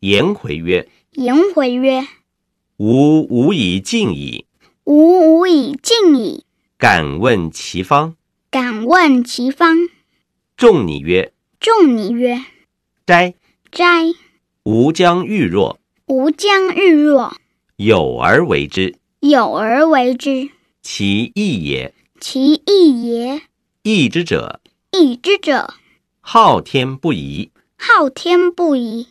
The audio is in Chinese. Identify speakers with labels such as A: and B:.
A: 颜回曰
B: 颜回曰：“
A: 吾无以进矣，：“
B: 吾无以进矣，
A: 敢问其方。
B: 敢问其方。”
A: 仲尼曰”
B: 仲尼曰：“
A: 斋：“
B: 斋，
A: 吾将欲若，
B: 吾将日若，
A: 有而为之，
B: 有而为之，
A: 其义也。
B: 其义也。
A: 义之者，
B: 义之者，
A: 昊天不移。”
B: 昊天不移，